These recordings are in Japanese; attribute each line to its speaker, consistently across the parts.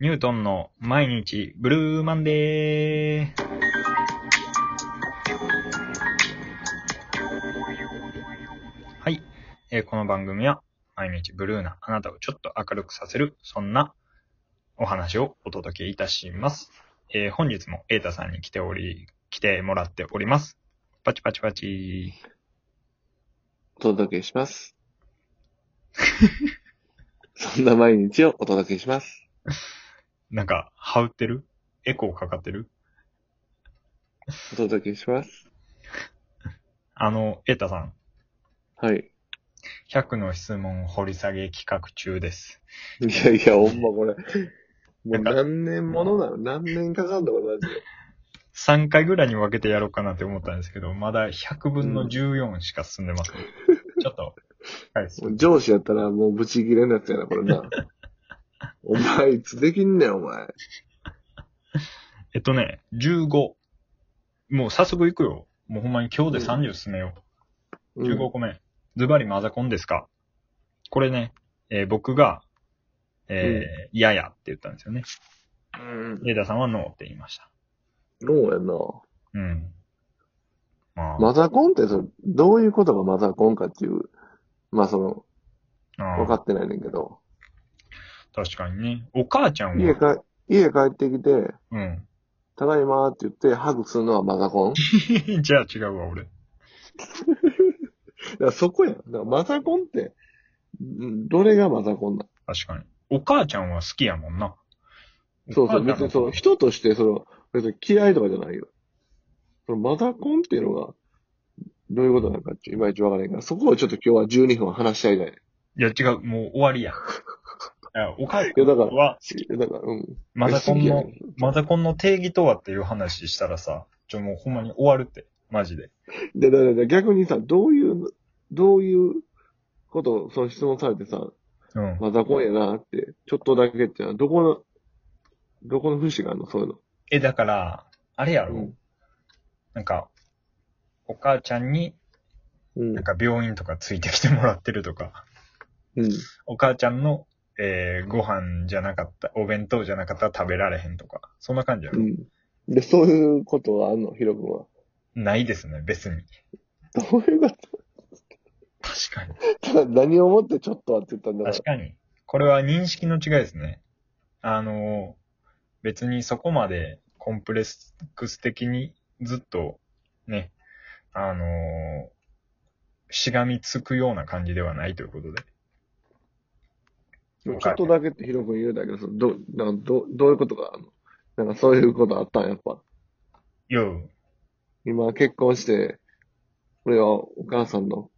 Speaker 1: ニュートンの毎日ブルーマンデー。はい、えーこの番組は毎日ブルーなあなたをちょっと明るくさせる、そんなお話をお届けいたします。えー本日もエータさんに来ており、来てもらっております。パチパチパチ。
Speaker 2: お届けします。 そんな毎日をお届けします。
Speaker 1: なんか、羽織ってるエコーかかってる
Speaker 2: お届けします。
Speaker 1: あの、エータさん、
Speaker 2: はい。
Speaker 1: 100の質問掘り下げ企画中です。
Speaker 2: いやいや、ほんまこれ。
Speaker 1: な
Speaker 2: もうん
Speaker 1: か
Speaker 2: 何年ものなの何年かかんだこれマジで。
Speaker 1: 3回ぐらいに分けてやろうかなって思ったんですけど、まだ100分の14しか進んでませ ん。ちょっと、はい、
Speaker 2: もう上司やったらもうブチ切れになっちゃうな、こ れな。お前、いつできんねん、お前。
Speaker 1: えっとね、15。もう早速行くよ。もうほんまに今日で30進めよう。
Speaker 2: うん
Speaker 1: 15個目。ズバリマザコンですかこれね、えー僕が、えー、嫌、やって言ったんですよね。
Speaker 2: うん。
Speaker 1: エーダさんはノーって言いました。
Speaker 2: そうやんな。
Speaker 1: うん。まあ、
Speaker 2: マザコンってその、どういうことがマザコンかっていう、まあその、
Speaker 1: あー
Speaker 2: 分かってないねんけど、
Speaker 1: 確かにね。お母ちゃん
Speaker 2: 家
Speaker 1: は、
Speaker 2: か、家帰ってきて、
Speaker 1: うん。
Speaker 2: ただいまーって言ってハグするのはマザコン
Speaker 1: じゃあ違うわ、俺。
Speaker 2: だからそこやん。だからマザコンって、んどれがマザコンな
Speaker 1: 確かに。お母ちゃんは好きやもんな。
Speaker 2: のそうそ
Speaker 1: お母
Speaker 2: う、別
Speaker 1: ちゃん
Speaker 2: にその人として、その、別に嫌いとかじゃないよ。そのマザコンっていうのが、どういうことなのかっていまいちわからないから、そこをちょっと今日は12分話したいね。
Speaker 1: いや、違う、もう終わ りや。いやお母ち
Speaker 2: いや、だから
Speaker 1: ゃん、は、
Speaker 2: だから、うん。
Speaker 1: マザコン
Speaker 2: や
Speaker 1: の
Speaker 2: りす、ぎやね
Speaker 1: マザコンの定義とはっていう話したらさ、ちょ、もうほんまに終わるって。マジで。
Speaker 2: で、だから逆にさ、どういう、どういうことを、その質問されてさ、
Speaker 1: うん。
Speaker 2: マザコンやなって、ちょっとだけっていうのは、どこの、どこの節があるのそういうの。
Speaker 1: え、だから、あれやろ、
Speaker 2: うん
Speaker 1: なんか、お母ちゃんに、
Speaker 2: うん
Speaker 1: なん。か病院とかついてきてもらってるとか、
Speaker 2: うん。
Speaker 1: お母ちゃんの、えー、ご飯じゃなかった、お弁当じゃなかったら食べられへんとか、そんな感じや
Speaker 2: う
Speaker 1: ろ、
Speaker 2: ん。で、そういうことはあんのヒロ君は。
Speaker 1: ないですね、別に。
Speaker 2: どういうこ
Speaker 1: 確かに。
Speaker 2: と 何をもってちょっとはって言ったんだか
Speaker 1: 確かに。これは認識の違いですね。あの、別にそこまでコンプレックス的にずっとね、あの、しがみつくような感じではないということで。
Speaker 2: ら。ちょっとだけってヒロ君言うだけど、そのど、なんかどどういうことがあるのなんかそういうことあったんやっぱ。
Speaker 1: よう
Speaker 2: 今結婚して、俺はお母さんの、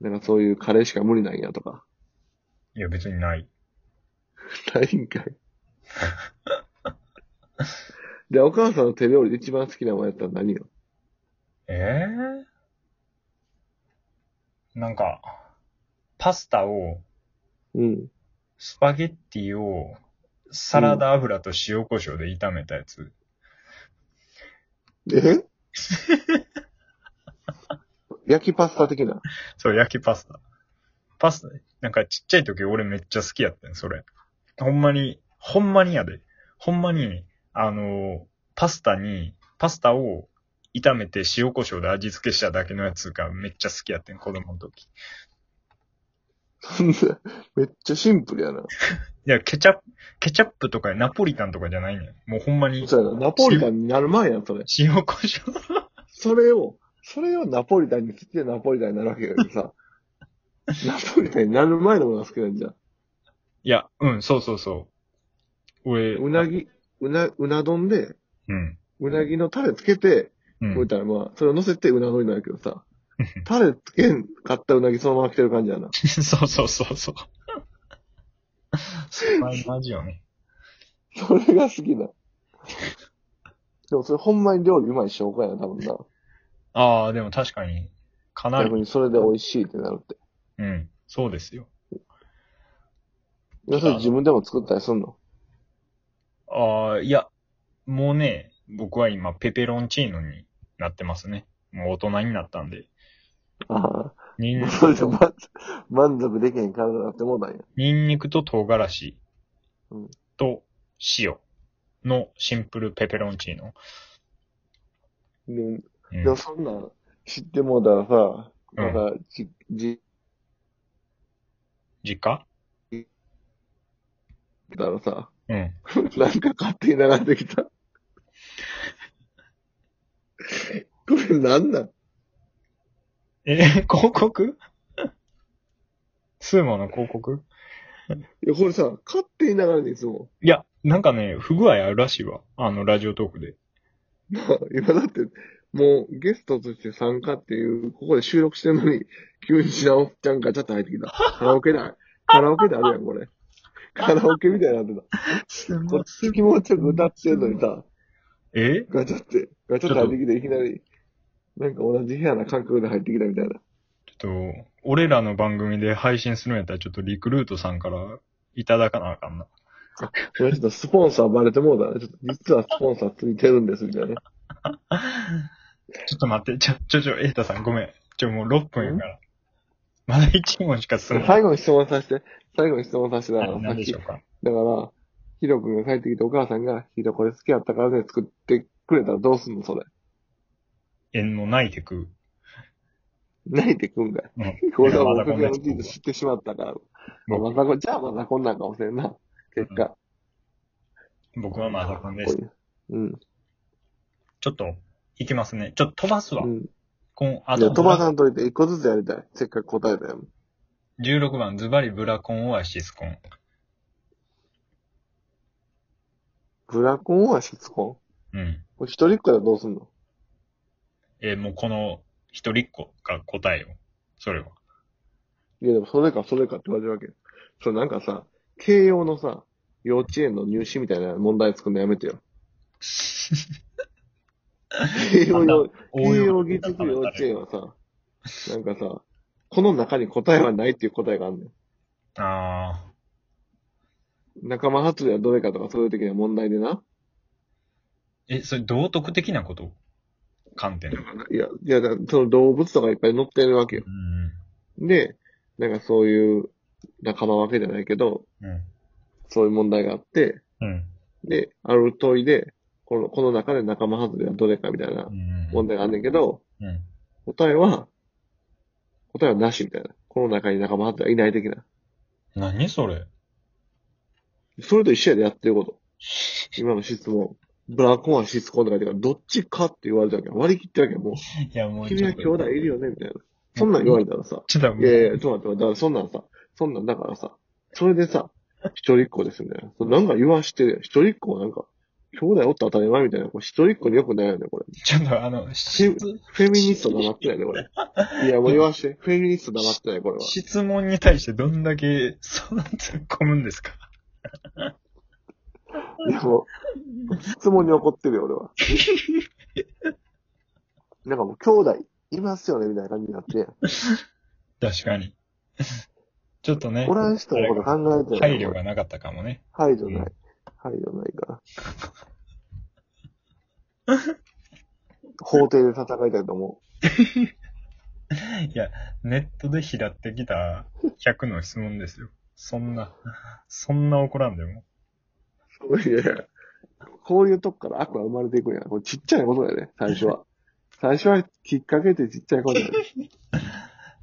Speaker 2: なんかそういう彼しか無理なんやとか。
Speaker 1: いや別にない。
Speaker 2: ないん かい。で、お母さんの手料理で一番好きなもんやったら何よ
Speaker 1: ええなんか、パスタを、
Speaker 2: うん。
Speaker 1: スパゲッティを、サラダ油と塩コショウで炒めたやつ。
Speaker 2: え 焼きパスタ的な。
Speaker 1: そう、焼きパスタ。パスタ、なんかちっちゃい時俺めっちゃ好きやったん、それ。ほんまに、ほんまにやで。ほんまに、あのーパスタに、パスタを炒めて塩コショウで味付けしただけのやつがめっちゃ好きやってん、子供の時。
Speaker 2: そんな めっちゃシンプルやな。
Speaker 1: いや、ケチャップ、ケチャップとかナポリタンとかじゃないねん。もうほんまに、
Speaker 2: そうやな。ナポリタンになる前やん、それ。
Speaker 1: 塩コショウ。
Speaker 2: それを、それをナポリタンに好きでナポリタンになるわけやけ どさ。ナポリタンになる前のものが好きなんじゃん。
Speaker 1: いや、うん、そうそうそう。俺、
Speaker 2: うなぎ、うな、うな丼で、
Speaker 1: うん。
Speaker 2: うなぎのタレつけて、
Speaker 1: う
Speaker 2: こうい
Speaker 1: ん
Speaker 2: っ。たらまあ、それを乗せてうな丼になるけどさ。タレつけんかったうなぎそのまま来てる感じやな。
Speaker 1: そうそうそうそう。 そんな味よね。
Speaker 2: それが好きな。でもそれほんまに料理うまい証拠やな、多分な。
Speaker 1: ああ、でも確かに、かなり
Speaker 2: 逆、にそれで美味しいってなるって。
Speaker 1: うん、そうですよ。
Speaker 2: いや、それ自分でも作ったりすんの
Speaker 1: ああ、いや、もうね、僕は今、ペペロンチーノになってますね。もう大人になったんで。
Speaker 2: あ
Speaker 1: にん
Speaker 2: あ。 それで満満足できへん体になってもうたんや。
Speaker 1: にんにくと唐辛子
Speaker 2: うん
Speaker 1: と、塩のシンプルペペロンチーノ。
Speaker 2: でも、
Speaker 1: うん
Speaker 2: でもそんなん知ってもうたらさ、
Speaker 1: うん
Speaker 2: なんか、じ、じ、
Speaker 1: 実家
Speaker 2: だらさ、
Speaker 1: うん。
Speaker 2: なんか勝手に流れてきた。こ れなんなん
Speaker 1: え、広告スーモの広告
Speaker 2: いや、これさ、勝手に流れてるいつも。
Speaker 1: いや、なんかね、不具合あるらしいわ。あの、ラジオトークで。
Speaker 2: なあ今だって、もうゲストとして参加っていう、ここで収録してるのに、急に白尾ちゃんガチャって入ってきた。カラオケだ。カラオケであるやん、これ。カラオケみたいになって た。
Speaker 1: す
Speaker 2: こっち気持ちよく歌ってるのにさ、
Speaker 1: え
Speaker 2: ガチャって、ガチャって入ってきて、いきなり、なんか同じ部屋な感覚で入ってきたみたいな。
Speaker 1: ちょっと、俺らの番組で配信するんやったら、ちょっとリクルートさんからいただかなあか んな。
Speaker 2: これちょっとスポンサーバレてもうだね。ちょっと実はスポンサーついてるんです、みたいなね。
Speaker 1: ちょっと待って、ちょ、ちょ、ちょ、エータさんごめん。ちょ、もう6分やから。まだ1問しか進んでない。
Speaker 2: 最後に質問させて、最後に質問させてだか
Speaker 1: はい
Speaker 2: ら、さ
Speaker 1: 何で
Speaker 2: っき
Speaker 1: しょう。か。
Speaker 2: だから、ヒロ君が帰ってきてお母さんが、ヒロこれ好きやったからね、作ってくれたらどうすんのそれ。
Speaker 1: 縁のないテク。
Speaker 2: 泣いてくんかい。
Speaker 1: うん。
Speaker 2: これ
Speaker 1: いや
Speaker 2: は
Speaker 1: ま
Speaker 2: もう
Speaker 1: だこんなや
Speaker 2: の
Speaker 1: つ
Speaker 2: 事実知ってしまったから。
Speaker 1: 僕
Speaker 2: まだこ、じゃあまだこんなんかもしれんな。結果。
Speaker 1: 僕はまだこんで
Speaker 2: こ
Speaker 1: す
Speaker 2: う。いう。うん。
Speaker 1: ちょっと、いきますね。ちょっと飛ばすわ。
Speaker 2: うん。
Speaker 1: こん、あ
Speaker 2: いや、
Speaker 1: と、
Speaker 2: 飛ばさんといて一個ずつやりたい。せっかく答えたやん。
Speaker 1: 16番、ズバリブラコンオアシスコン。
Speaker 2: ブラコンはしつこ
Speaker 1: うん。
Speaker 2: ん。これ一人っ子やらどうすんの
Speaker 1: えーもうこの一人っ子が答えよ。そ れは。
Speaker 2: いや、でもそれかそれかって言われるわけ。それなんかさ、慶応のさ、幼稚園の入試みたいな問題作るのやめてよ。慶応の、慶応義 塾幼稚園はさ、なんかさ、この中に答えはないっていう答えがあるのよ。
Speaker 1: ああ。
Speaker 2: 仲間外れはどれかとかそういう的な問題でな。
Speaker 1: え、それ道徳的なこと観点。うん
Speaker 2: いや、いや、だからその動物とかいっぱい乗ってるわけよ。で、なんかそういう仲間分けじゃないけど、
Speaker 1: うん。うん。
Speaker 2: そういう問題があって、
Speaker 1: うん。
Speaker 2: で、ある問いで、この、この中で仲間外れはどれかみたいな
Speaker 1: うん。
Speaker 2: 問題があんねんけど、
Speaker 1: うん。
Speaker 2: 答えは、答えはなしみたいな。この中に仲間外れはいない的な。
Speaker 1: 何それ
Speaker 2: それと一緒やでやってること。今の質問。ブラコンは質問とか言ってから、どっちかって言われたわけやん割り切ってるわけやん
Speaker 1: いや、
Speaker 2: もう、
Speaker 1: もう
Speaker 2: 君
Speaker 1: ちょ
Speaker 2: は
Speaker 1: っ
Speaker 2: 兄弟
Speaker 1: と。
Speaker 2: いるよねみたいな。そんなん言われたらさ、
Speaker 1: ちょっと
Speaker 2: いやいや、ちょっと待って待って、だからそんなんさ、そんなんだからさ、それでさ、一人っ子ですみたいな。そうなんか言わしてるやん。一人っ子はなんか、兄弟おったら当たり前みたいな。これ一人っ子でよくないよね、これ。
Speaker 1: ちょっとあの、質、
Speaker 2: フェミニスト黙ってないね、これ。いや、もう言わして。フェミニスト黙ってない、これは。
Speaker 1: 質問に対してどんだけ、そんな突っ込むんですか
Speaker 2: いや、もう、質問に怒ってるよ、俺は。なんかもう、兄弟、いますよね、みたいな感じになって、
Speaker 1: 確かに。 ちょっとね。
Speaker 2: おらん人のこと考えてない。
Speaker 1: 配慮がなかったかもね。
Speaker 2: 配慮な
Speaker 1: う
Speaker 2: い。配慮ないから。法廷で戦いたいと思
Speaker 1: いや、ネットで拾ってきた100の質問ですよ。そんな、そんな怒らんでも。
Speaker 2: う。いやいや、こういうとこから悪は生まれていくんや。これちっちゃいことやね、最初は。最初はきっかけってちっちゃいことやね。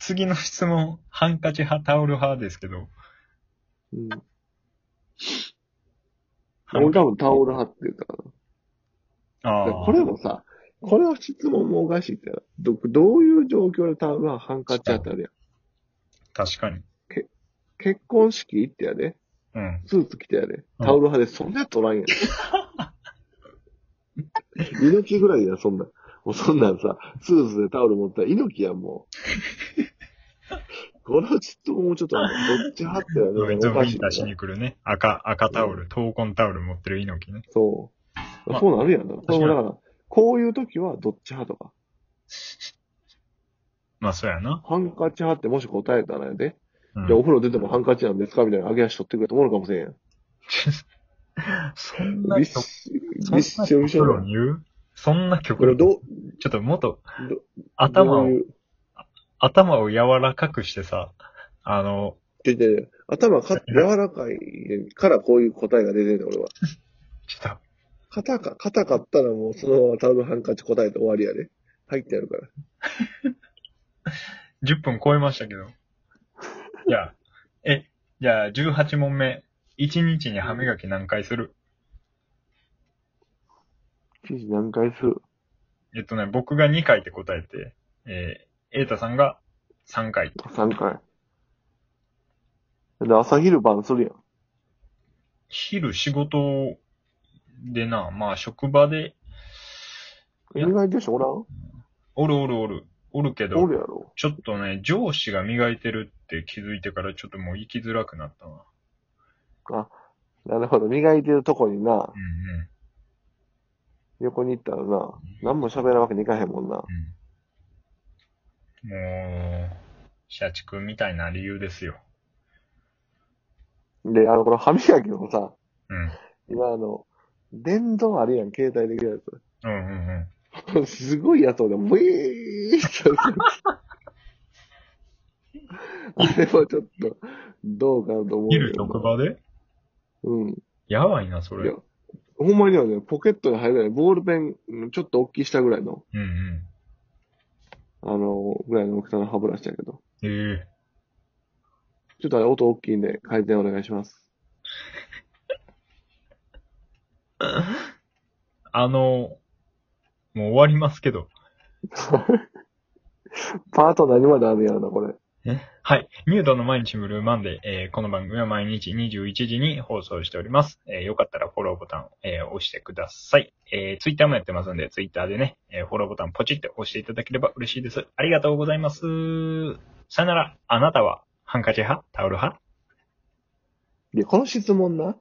Speaker 1: 次の質問、ハンカチ派、タオル派ですけど。
Speaker 2: うん。
Speaker 1: ハン
Speaker 2: 俺
Speaker 1: カ
Speaker 2: 多分タオル派って言ったから。
Speaker 1: ああ。
Speaker 2: これもさ、これは質問もおかしいってなど、どういう状況でタオルはハンカチやったらやん。
Speaker 1: 確かに。
Speaker 2: 結婚式行ってやで、
Speaker 1: うん。
Speaker 2: スーツ着てやで、タオル派でそんなやつおら んやん。猪木ぐらいや、そんな。もうそんなんさ、スーツでタオル持ったら猪木やん、も う。この質問もちょっと、どっち派ってや
Speaker 1: ゾ
Speaker 2: るのおか
Speaker 1: ン
Speaker 2: し
Speaker 1: ビ
Speaker 2: いな
Speaker 1: 出しに来るね。赤、赤タオル、闘魂タオル持ってる猪木ね。
Speaker 2: そう。
Speaker 1: まあ
Speaker 2: そうなるやんな。これもだ
Speaker 1: 確
Speaker 2: から、こういう時はどっち派とか。
Speaker 1: まあ、そうやな。
Speaker 2: ハンカチ派ってもし答えたらやで、
Speaker 1: うん
Speaker 2: で、お風呂出てもハンカチなんですかみたいな、上げ足取ってくれと思うのかもしれんやん。
Speaker 1: そんな
Speaker 2: びっ
Speaker 1: 人、
Speaker 2: し
Speaker 1: そんな
Speaker 2: びっしょびしょ
Speaker 1: 極論
Speaker 2: な。
Speaker 1: 言うそんな
Speaker 2: こ
Speaker 1: 極
Speaker 2: れ
Speaker 1: 論。
Speaker 2: どう、
Speaker 1: ちょっと元、
Speaker 2: ど
Speaker 1: 頭
Speaker 2: どう
Speaker 1: を
Speaker 2: い、う、
Speaker 1: 頭を柔らかくしてさ、あの、
Speaker 2: でで頭か、柔らかいからこういう答えが出てるんだ、俺は。
Speaker 1: してた。
Speaker 2: 硬か、硬かったらもうそのままタオルハンカチ答えて終わりやで。入ってやるから。
Speaker 1: 10分超えましたけ ど。じゃあ、え、じゃあ18問目。1日に歯磨き何回する
Speaker 2: 記事何回する
Speaker 1: えっとね、僕が2回って答えて、えー、エータさんが3回。
Speaker 2: ?3 回。で朝昼晩するやん。
Speaker 1: 昼仕事でな、まあ職場で、や
Speaker 2: 磨いてる人おらん
Speaker 1: おるおるおる、おるけど、
Speaker 2: おるやろ。
Speaker 1: ちょっとね、上司が磨いてるって気づいてからちょっともう行きづらくなったな。
Speaker 2: なるほど。磨いてるとこにな
Speaker 1: う、んうん。
Speaker 2: 横に行ったらな、何も喋らんわけにいかへんもんな。
Speaker 1: うんもう、社畜みたいな理由ですよ。
Speaker 2: で、あの、この歯磨きのさ、
Speaker 1: うん。
Speaker 2: 今あの、電動あるやん、携帯できるや
Speaker 1: うんうんうん。
Speaker 2: つ。 すごいやつをね、ウィーってやつ。あれはちょっと、どうかなと思うけど。
Speaker 1: 昼職場で
Speaker 2: うん。
Speaker 1: やばいな、そ
Speaker 2: い
Speaker 1: れ。
Speaker 2: や
Speaker 1: う
Speaker 2: ほんまにはね、ポケットに入るぐらい、ボールペン、ちょっと大きいしたぐらいの、
Speaker 1: んうん。
Speaker 2: あの、ぐらいの大きさの歯ブラシだけど。
Speaker 1: ええ
Speaker 2: ちょっとあれ音大きいんで、回転お願いします。
Speaker 1: あの、もう終わりますけど。
Speaker 2: パート何まであるんやろな、これ。
Speaker 1: はい。ニュートンの毎日ブルーマンデー、えーこの番組は毎日21時に放送しております。えーよかったらフォローボタンを、えー押してください。えー、ツイッターもやってますんで、ツイッターでね、えーフォローボタンポチって押していただければ嬉しいです。ありがとうございます。さよなら、あなたはハンカチ派タオル派
Speaker 2: で、この質問な。